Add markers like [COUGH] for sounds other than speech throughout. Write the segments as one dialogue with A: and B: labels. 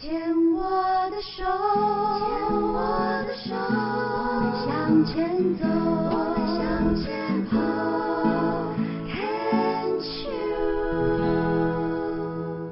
A: 牵我的手，牵我的手，我们向前走，我们向前跑。Can't you？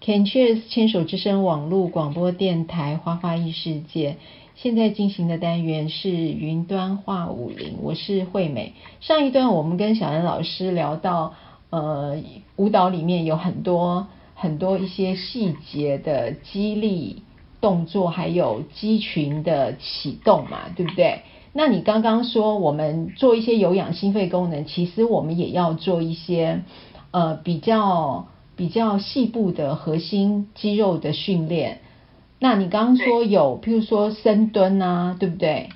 B: Can Cheers 牵手之声网络广播电台花花异世界，现在进行的单元是云端话舞林，我是惠美。上一段我们跟小恩老师聊到，呃，舞蹈里面有很多很多一些细节的激励动作，还有肌群的启动嘛，对不对？那你刚刚说我们做一些有氧心肺功能，其实我们也要做一些呃比较比较细部的核心肌肉的训练。那你刚刚说有，譬如说深蹲啊，对不对？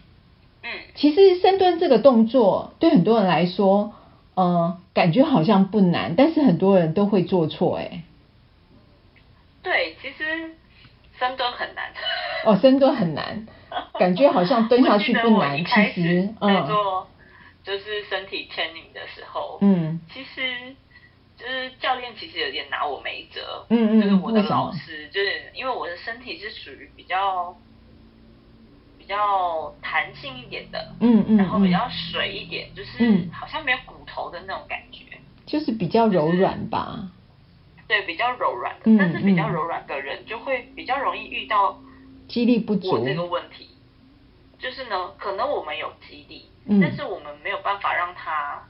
C: 嗯，
B: 其实深蹲这个动作对很多人来说，呃，感觉好像不难，但是很多人都会做错、欸，
C: 对，其实深蹲很难。
B: 哦，深蹲很难，感觉好像蹲下去不
C: 我记得我一
B: 难，其
C: 开
B: 实
C: 始，在
B: 嗯
C: 做就是身体 training 的时候，
B: 嗯
C: 其实就是教练其实有点拿我没辙，
B: 嗯嗯
C: 就是我的
B: 为什么
C: 老师，就是因为我的身体是属于比较比较弹性一点的，
B: 嗯嗯
C: 然后比较
B: 嗯，
C: 水一点，就是
B: 嗯
C: 好像没有骨头的那种感觉，
B: 就是比较柔软吧，
C: 对，比较柔软的，
B: 嗯
C: 但是比较
B: 嗯
C: 柔软的人就会比较容易遇到
B: 肌力不
C: 我
B: 足，
C: 这个问题，就是呢，可能我们有肌力，
B: 嗯
C: 但是我们没有办法让它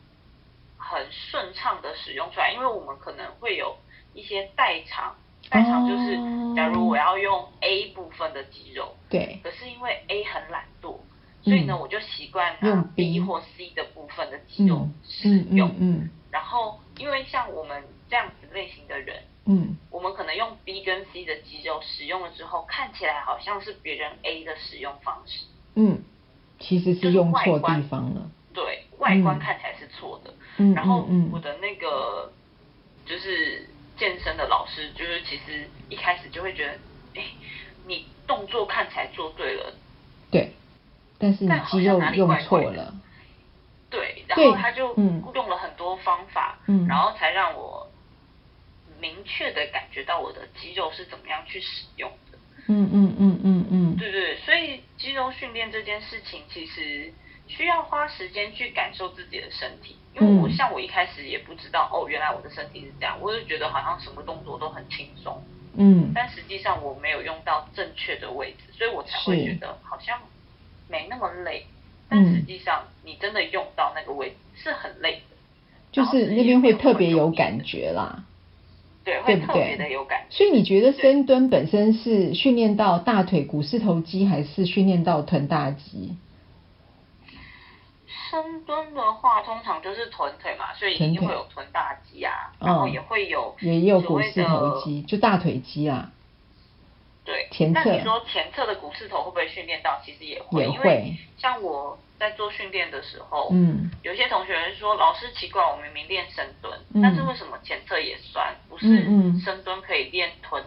C: 很顺畅的使用出来，因为我们可能会有一些代偿，代偿就是
B: 哦
C: 假如我要用 A 部分的肌肉，
B: 对，
C: 可是因为 A 很懒惰，所以呢，
B: 嗯
C: 我就习惯拿
B: 用
C: B
B: B
C: 或 C 的部分的肌肉
B: 嗯
C: 使
B: 嗯
C: 用，
B: 嗯嗯
C: 然后因为像我们这样子类型的人，
B: 嗯，
C: 我们可能用 B 跟 C 的肌肉使用了之后，看起来好像是别人 A 的使用方式，
B: 嗯，其实是用错地方了，
C: 对外观
B: 嗯
C: 看起来是错的。
B: 嗯
C: 然后
B: 嗯
C: 我
B: 嗯，
C: 的那个就是健身的老师，就是其实一开始就会觉得，哎，你动作看起来做对了，
B: 对，但是你
C: 但好
B: 肌
C: 像
B: 肉
C: 哪里
B: 用
C: 怪
B: 错
C: 怪的
B: 了，
C: 对，然后
B: 对
C: 他就
B: 嗯
C: 用了很多方法，
B: 嗯
C: 然后才让我明确的感觉到我的肌肉是怎么样去使用的。
B: 嗯嗯嗯嗯嗯，
C: 对对，对所以肌肉训练这件事情，其实需要花时间去感受自己的身体。因为我
B: 嗯
C: 像我一开始也不知道，哦，原来我的身体是这样，我就觉得好像什么动作都很轻松，
B: 嗯
C: 但实际上我没有用到正确的位置，所以我才会
B: 是
C: 觉得好像没那么累。但
B: 嗯
C: 实际上，你真的用到那个位置是很累的，
B: 就是那边会特别有感觉啦。
C: 对，会
B: 对不
C: 特
B: 对
C: 别的有感觉。
B: 所以你觉得深蹲本身是训练到大腿股四头肌，还是训练到臀大肌？
C: 深蹲的话，通常就是臀腿嘛，所以一定
B: 臀腿
C: 会有臀大肌啊，
B: 嗯
C: 然后也会有
B: 也有
C: 所
B: 股
C: 谓
B: 四
C: 的
B: 头肌，就大腿肌啊，
C: 对，
B: 前
C: 那
B: 侧
C: 你说前侧的股四头会不会训练到？其实也会，
B: 也
C: 因为
B: 会。
C: 像我在做训练的时候，
B: 嗯
C: 有些同学说老师奇怪，我明明练深蹲，
B: 嗯
C: 但是为什么前侧也酸？不是
B: 嗯嗯
C: 深蹲可以练臀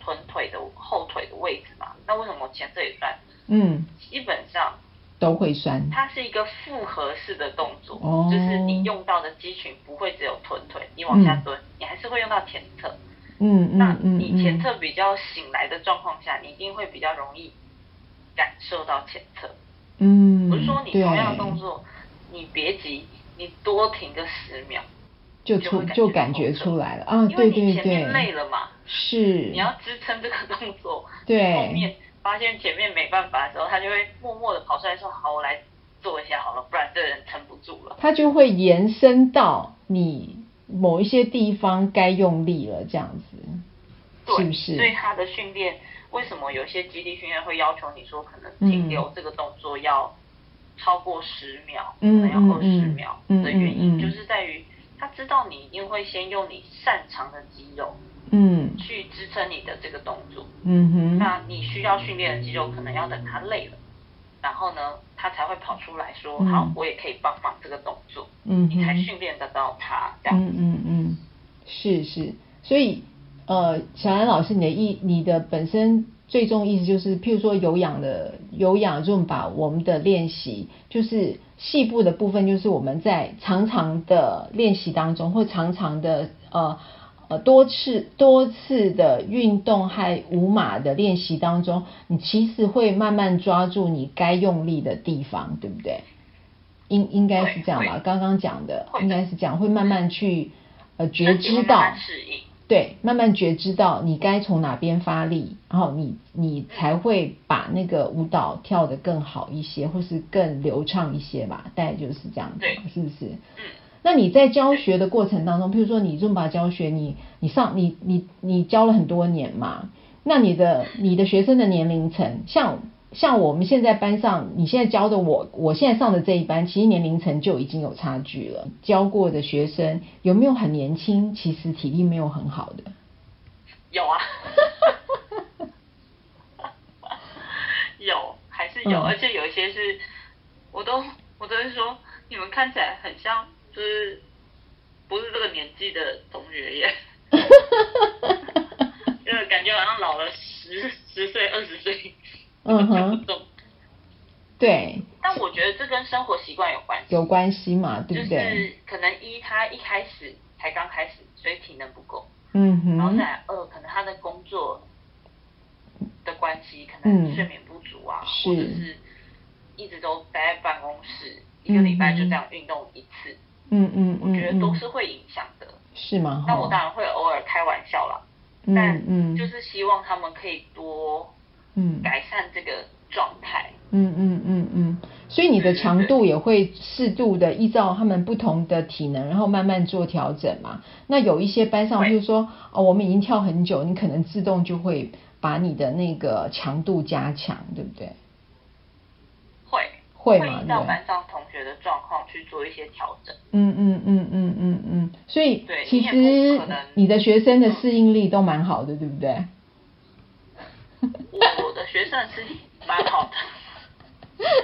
C: 臀腿的后腿的位置嘛？那为什么前侧也酸？
B: 嗯，
C: 基本上
B: 都会酸。
C: 它是一个复合式的动作，
B: 哦
C: 就是你用到的肌群不会只有臀腿，你往下
B: 嗯
C: 蹲，你还是会用到前侧。
B: 嗯
C: 那
B: 嗯嗯
C: 你前
B: 嗯，
C: 侧比较醒来的状况下，你一定会比较容易感受到前侧。
B: 嗯，
C: 不是说你
B: 对
C: 同样的动作，你别急，你多停个十秒，
B: 就
C: 就
B: 出
C: 会感
B: 就
C: 觉
B: 感
C: 到
B: 觉
C: 痛
B: 出来了啊，
C: 因为
B: 对
C: 你
B: 对
C: 前面累
B: 对，
C: 了嘛，
B: 是
C: 你，要支撑这个动作，后
B: 对
C: 面发现前面没办法的时候，他就会默默的跑出来说：“好，我来做一下好了，不然这人撑不住了。
B: 它就会延伸到你某一些地方该用力了，这样子，
C: 对”
B: 是不是？
C: 所以他的训练为什么有些基地训练会要求你说可能停留这个动作要超过十秒，
B: 嗯
C: 可能要二十
B: 嗯嗯
C: 秒
B: 嗯
C: 的原因，
B: 嗯嗯
C: 就是在于他知道你一定会先用你擅长的肌肉
B: 嗯
C: 去支撑你的这个动作。
B: 嗯哼，
C: 那你需要训练的肌肉可能要等他累了，然后呢，他才会跑出来说，
B: 嗯
C: 好，我也可以帮忙这个动作，
B: 嗯
C: 你才
B: 哼。
C: 训练得到他这样。
B: 嗯嗯嗯，是是，所以呃，小安老师，你的意，你的本身最终意思就是，譬如说有氧的有氧，就把我们的练习，就是细部的部分，就是我们在常常的练习当中，或常常的呃呃多次多次的运动和舞马的练习当中，你其实会慢慢抓住你该用力的地方，对不对？应应该是这样吧
C: 会，
B: 刚刚讲的
C: 会的
B: 应该是这样，会慢慢去呃觉
C: 身体
B: 知
C: 会
B: 到
C: 慢慢适应。
B: 对，慢慢觉知到你该从哪边发力，然后你你才会把那个舞蹈跳得更好一些，或是更流畅一些吧。大概就是这样子
C: 对
B: 嘛，是不是？
C: 嗯，
B: 那你在教学的过程当中，譬如说你 Zumba 教学，你你上你你你教了很多年嘛，那你的你的学生的年龄层，像像我们现在班上，你现在教的我，我现在上的这一班，其实年龄层就已经有差距了。教过的学生有没有很年轻，其实体力没有很好的？ [LAUGHS]
C: 有啊，有还是有，
B: 嗯
C: 而且有一些是，我都我都是说，你们看起来很像，就是不是这个年纪的同
B: [LAUGHS]
C: 学耶，就是感觉好像老了十十岁二十岁，
B: 嗯哼
C: 根本看不懂。
B: 对，
C: 但我觉得这跟生活习惯有关系，
B: 有关系嘛，对不
C: 就
B: 对？
C: 是可能一他一开始才刚开始，所以体能不够，
B: 嗯
C: 然后
B: 哼，
C: 再来二，可能他的工作的关系，可
B: 嗯
C: 能睡眠不足啊，
B: 是
C: 或者是一直都待在办公室，一个礼拜就这样运动一次，
B: 嗯嗯
C: 我觉
B: 嗯
C: 得都
B: 嗯，哦
C: 是会影响的。
B: 是吗？
C: 那我当
B: 哈，
C: 然会偶尔开玩笑啦，
B: 嗯
C: 但
B: 嗯，
C: 就是希望他们可以多
B: 嗯。
C: 改善这个状态。
B: 嗯嗯嗯嗯，所以你的强度也会适度的依照他们不同的体能，然后慢慢做调整嘛。那有一些班上，
C: 对
B: 譬如说哦，我们已经跳很久，你可能自动就会把你的那个强度加强，对不对？
C: 会
B: 会嘛，
C: 依
B: 对
C: 照
B: 不对？
C: 班上同学的状况去做一些调
B: [LAUGHS]
C: 整。
B: 嗯嗯嗯嗯嗯嗯，所以
C: 对
B: 其
C: 你也
B: 实
C: 不可能
B: 你的学生的适应力都蛮好的，对不对？
C: 我的学生是蛮好的，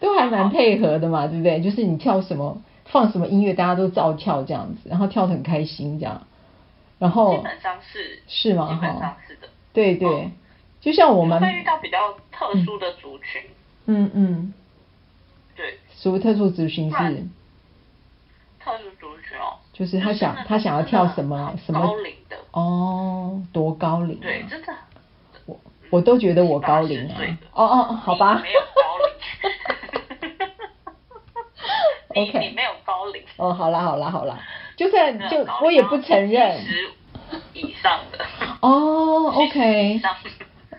B: 都还蛮配合的嘛，对不对？就是你跳什么放什么音乐，大家都照跳这样子，然后跳得很开心这样，然
C: 基
B: 后
C: 本上是
B: 哦是吗？哦
C: 基本上
B: 哈，
C: 是的。
B: 对对
C: 哦，
B: 就像我们
C: 会遇到比较特殊的族群，
B: 嗯嗯，
C: 对，
B: 属于特殊族群
C: 那
B: 是，
C: 特殊族群哦，
B: 就是他想
C: 真的
B: 他想要跳什么什
C: 真的很高
B: 么
C: 龄的，
B: 哦，多高龄
C: 对，
B: 啊？
C: 真的，
B: 我都觉得我高龄
C: 80
B: 啊
C: 岁的！
B: 哦哦，哦好吧
C: 你没有高龄你
B: [LAUGHS] OK
C: 你没有高龄，
B: 哦，好啦好啦好啦，就算
C: 真的
B: 就
C: 很高龄啊
B: 我也不承认
C: 十以上的
B: 哦
C: 70以
B: [LAUGHS] ，OK，
C: 上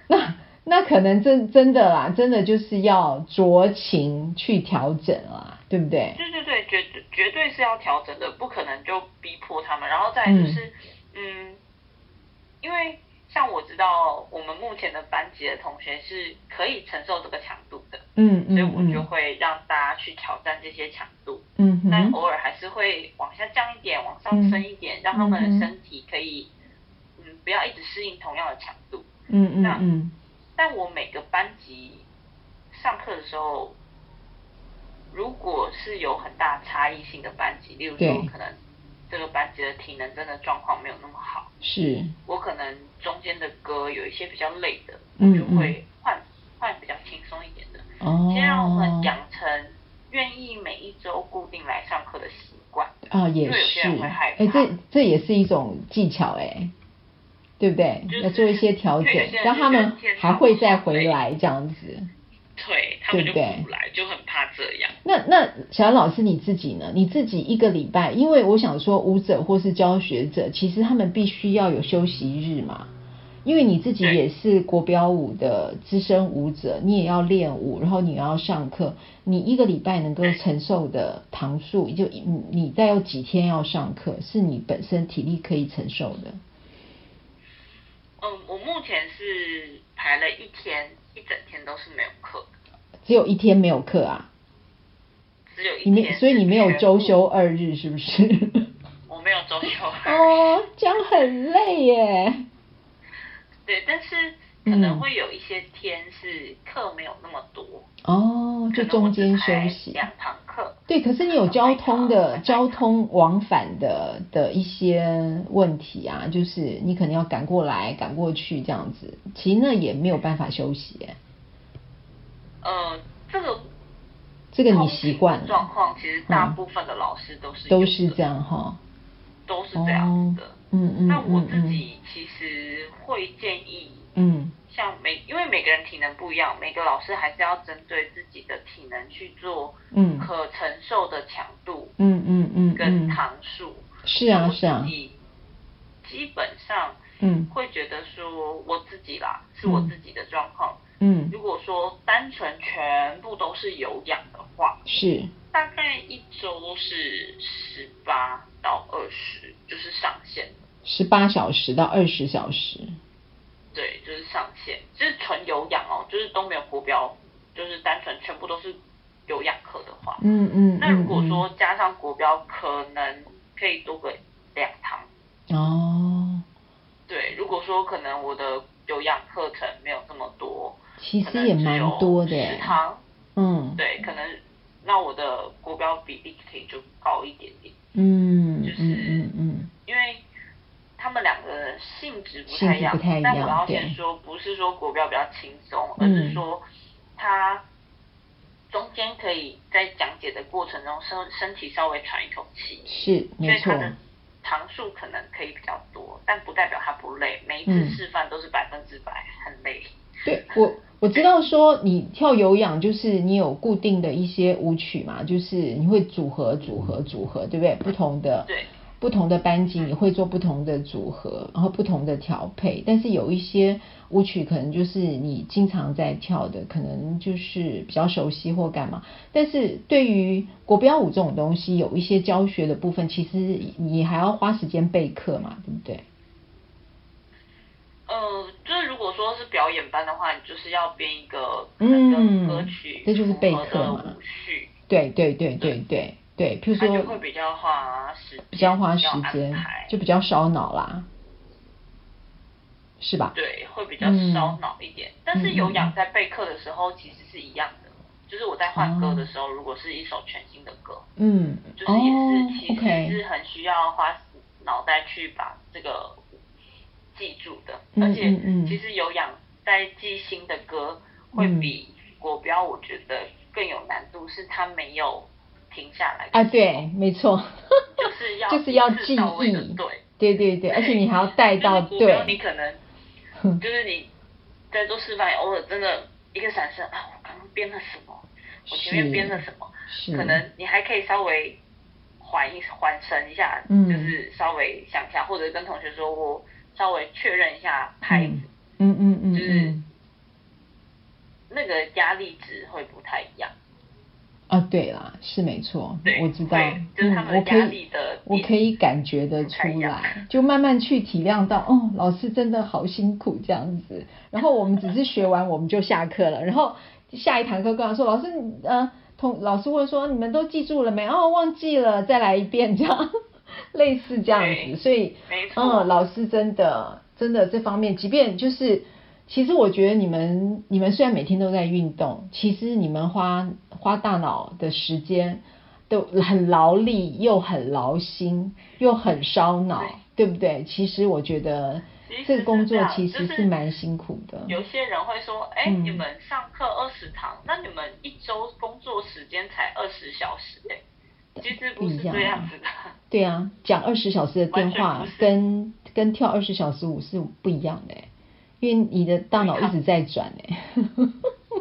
B: 那那可能真真的啦，真的就是要酌情去调整啦，对不对？
C: 对对对，绝绝对是要调整的，不可能就逼迫他们。然后再来就是，嗯因为像我知道我们目前的班级的同学是可以承受这个强度的，
B: 嗯
C: 所以
B: 嗯
C: 我就
B: 嗯
C: 会让大家去挑战这些强度，
B: 嗯
C: 但
B: 哼，嗯
C: 偶尔还是会往下降一点，往上升一点，让他们的身体可以，嗯，不要一直适应同样的强度。
B: 嗯嗯
C: 那
B: 嗯
C: 但我每个班级上课的时候，如果是有很大差异性的班级，例如说
B: 对
C: 可能这个班级的体能真的状况没有那么好，
B: 是，
C: 我可能中间的歌有一些比较累的，我
B: 嗯
C: 就
B: 嗯
C: 会换换比较轻松一点的，
B: 哦，
C: 先让我们养成愿意每一周固定来上课的习惯。
B: 啊，也
C: 因为有些
B: 是
C: 人会，害
B: 哎，
C: 怕
B: 这这也是一种技巧哎，对不对
C: 就？是
B: 要做一些调整
C: 因为有些，人
B: 让他们
C: 就觉得天
B: 还
C: 上
B: 会
C: 不
B: 再
C: 好
B: 回
C: 飞
B: 来这样子。
C: 对他们就
B: 对不
C: 不来，就很怕这样。
B: 那那小安老师你自己呢？你自己一个礼拜，因为我想说舞者或是教学者，其实他们必须要有休息日嘛。因为你自己
C: 对
B: 也是国标舞的资深舞者，你也要练舞，然后你也要上课，你一个礼拜能够承受的堂数，就你你再有几天要上课，是你本身体力可以承受的。
C: 嗯，我目前是排了一天，一整天都是没有课的。
B: 只有一天没有课啊，
C: 只有一
B: 你没，
C: 天
B: 所以你没有
C: 是
B: 周
C: 全部，
B: 休二日是不是？
C: [LAUGHS] 我没有周休。
B: 哦，这样很累耶。
C: [LAUGHS] 对，但是
B: 嗯
C: 可能会有一些天是课没有那么多，
B: 哦，就
C: 可能我
B: 中
C: 只
B: 间休
C: 排
B: 息。
C: 两堂课。
B: 对，可是你有交通的交通往返的的一些问题啊，就是你可能要赶过来、赶过去这样子，其实那也没有办法休息耶。
C: 呃，这个
B: 这个你习惯
C: 空气的状
B: 了，嗯
C: 况，其实大部分的老师都是
B: 都
C: 有
B: 是
C: 的
B: 这样哈。
C: 都是这样子的。
B: 嗯嗯，
C: 那我
B: 嗯
C: 自己其实会建议，
B: 嗯
C: 像每因为每个人体能不一样，每个老师还是要针对自己的体能去做
B: 嗯嗯
C: 可承受的强度
B: 嗯嗯嗯
C: 跟
B: 嗯，
C: 堂数。
B: 是啊是
C: 我
B: 啊
C: 自，己基本上
B: 嗯
C: 会觉得说，我自己啦，是我自己的状况。
B: 嗯
C: 如果说单纯全部都是有氧的话，
B: 是，
C: 大概一周是十八到二十，就是上限。
B: 十八小时到二十小时，
C: 对，就是上限，就是纯有氧哦，就是都没有国标，就是单纯全部都是有氧课的话，
B: 嗯嗯，
C: 那如果
B: 嗯
C: 说加上国标，可能可以多个两堂。
B: 嗯哦，
C: 对，如果说可能我的有氧课程没有这么多，
B: 其
C: 可
B: 实
C: 能
B: 也
C: 只
B: 蛮
C: 有
B: 多的欸
C: 十
B: 耶，
C: 堂，
B: 嗯
C: 对，可能那我的国标比例可以就高一点点，
B: 嗯
C: 就是
B: 嗯嗯嗯，
C: 因为他们两个性质不太一样。
B: 性质不太一样
C: 但我要先
B: 对
C: 说，不是说国标比较轻松，而
B: 嗯
C: 是说它中间可以在讲解的过程中身身体稍微喘一口气，
B: 是
C: 所
B: 没
C: 以
B: 错
C: 它，的堂数可能可以比较多，但不代表它不累。每一次
B: 嗯
C: 示范都是百分之百，很累。
B: 对我我知道说你跳有氧就是你有固定的一些舞曲嘛，就是你会组合组合组合，对不对？不同的
C: 对
B: 不同的班级你会做不同的组合，然后不同的调配，但是有一些舞曲可能就是你经常在跳的，可能就是比较熟悉或干嘛。但是对于国标舞这种东西，有一些教学的部分，其实你还要花时间备课嘛，对不对？
C: 呃，就是如果说是表演班的话，你就是要编一个可
B: 嗯
C: 能跟歌曲
B: 这就是备
C: 符合
B: 课
C: 的
B: 嘛
C: 舞序，
B: 对对对对对对，譬如
C: 它就会
B: 说
C: 比较花时间，
B: 比较花时
C: 比较
B: 间
C: 安排，
B: 就比较烧脑啦，是吧？
C: 对，会比较
B: 嗯
C: 烧脑一点。但是有氧在备课的时候其实是一样的，就是我在换歌的时候，如果是一首全新的歌，
B: 嗯，
C: 就是
B: 哦
C: 也是、其
B: ，OK，
C: 实是很需要花脑袋去把这个记住的。
B: 嗯
C: 而且
B: 嗯嗯
C: 其实有氧在记新的歌会比国标我觉得更有难度，是它没有停下来
B: 啊，，对，没错。
C: 就是要
B: 就是要
C: 一次到位的
B: 记忆
C: 对。
B: 对对对，而且你还要带到
C: 就是国标你
B: 对，[LAUGHS]
C: 可能就是你在做示范，偶尔真的一个闪身啊，我刚刚编了什么，我前面编了什么，
B: 是
C: 可能你还可以稍微缓一缓神一下，
B: 嗯
C: 就是稍微想一下，或者跟同学说我稍微确认一下拍子，
B: 嗯嗯嗯
C: 就是
B: 嗯
C: 那个压力值会不太一样。
B: 啊，对啦，是没错，
C: 对，
B: 我知道
C: 会，就是他
B: 嗯，我
C: 们的
B: 可
C: 压
B: 以
C: 力的
B: 我
C: 点
B: 可以感觉得
C: 不太一
B: 出
C: 样
B: 来，就慢慢去体谅到，哦，老师真的好辛苦这样子。然后我们只是学完我们就下课了，然后下一堂课跟他说，老师，你呃，同老师问说你们都记住了没？哦，忘记了，再来一遍这样， [LAUGHS] 类似这样子，
C: 对
B: 所以。
C: 没错，
B: 嗯，老师真的真的这方面，即便就是，其实我觉得你们你们虽然每天都在运动，其实你们花花大脑的时间都很劳力，又很劳心，又很烧脑，对不对？其实我觉得
C: 其实
B: 这个工作
C: 是这样
B: 其实
C: 就是是
B: 蛮辛苦的。
C: 有些人会说，哎、
B: 嗯
C: 你们上课二十堂，那你们一周工作时间才二十小时、哎，其实不是
B: 啊
C: 这样子的。
B: [LAUGHS] 对啊，讲二十小时的电话
C: 完全不是
B: 跟跟跳二十小时舞是不一样的欸，因为你的大脑一直在转哎。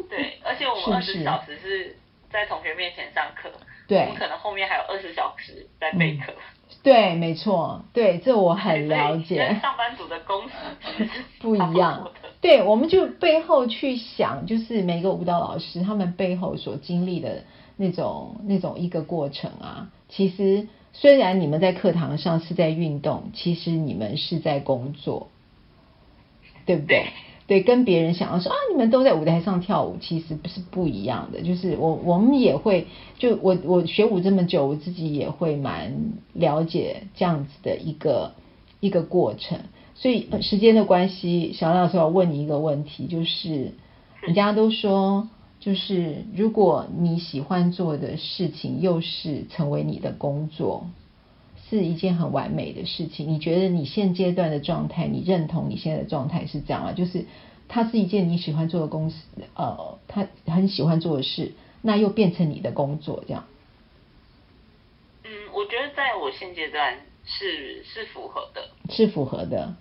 C: 对，而且我
B: 是
C: 们
B: 不
C: 二
B: 是
C: 十小时是在同学面前上课，我
B: 对嗯
C: 们可能后面还有二十小时在备课。
B: 对，没错，对，这我很
C: 所以
B: 了
C: 跟
B: 解。
C: [LAUGHS] 上班族的工时其实是
B: 不一
C: 差
B: 样
C: 多的。
B: 对，我们就背后去想，就是每个舞蹈老师他们背后所经历的那种那种一个过程啊。其实虽然你们在课堂上是在运动，其实你们是在工作，对不对？对，跟别人想要说啊，你们都在舞台上跳舞，其实不是不一样的。就是我我们也会，就我我学舞这么久，我自己也会蛮了解这样子的一个一个过程。所以、呃时间的关系，小老师要问你一个问题，就是人家都说，就是如果你喜欢做的事情又是成为你的工作，是一件很完美的事情。你觉得你现阶段的状态，你认同你现在的状态是这样吗？就是它是一件你喜欢做的公司，呃，他很喜欢做的事，那又变成你的工作这样。
C: 嗯，我觉得在我现阶段是是符合的，
B: 是符合的，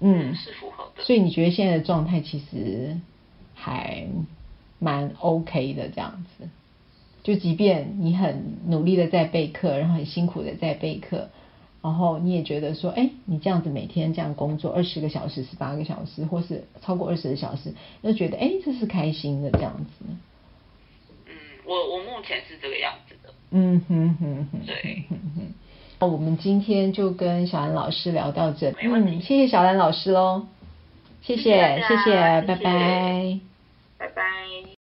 B: 嗯，
C: 是符合的。
B: 所以你觉得现在的状态其实还蛮 OK 的这样子，就即便你很努力的在备课，然后很辛苦的在备课，然后你也觉得说，哎，你这样子每天这样工作二十个小时、十八个小时，或是超过二十个小时，就觉得哎，这是开心的这样子。
C: 嗯，我我目前是这个样子的。
B: 嗯哼哼哼，
C: 对
B: 哼哼。那我们今天就跟小兰老师聊到这，
C: 没问题
B: 嗯，谢谢小兰老师喽，谢
C: 谢谢大
B: 谢
C: 家
B: 谢，
C: 谢谢
B: 拜拜。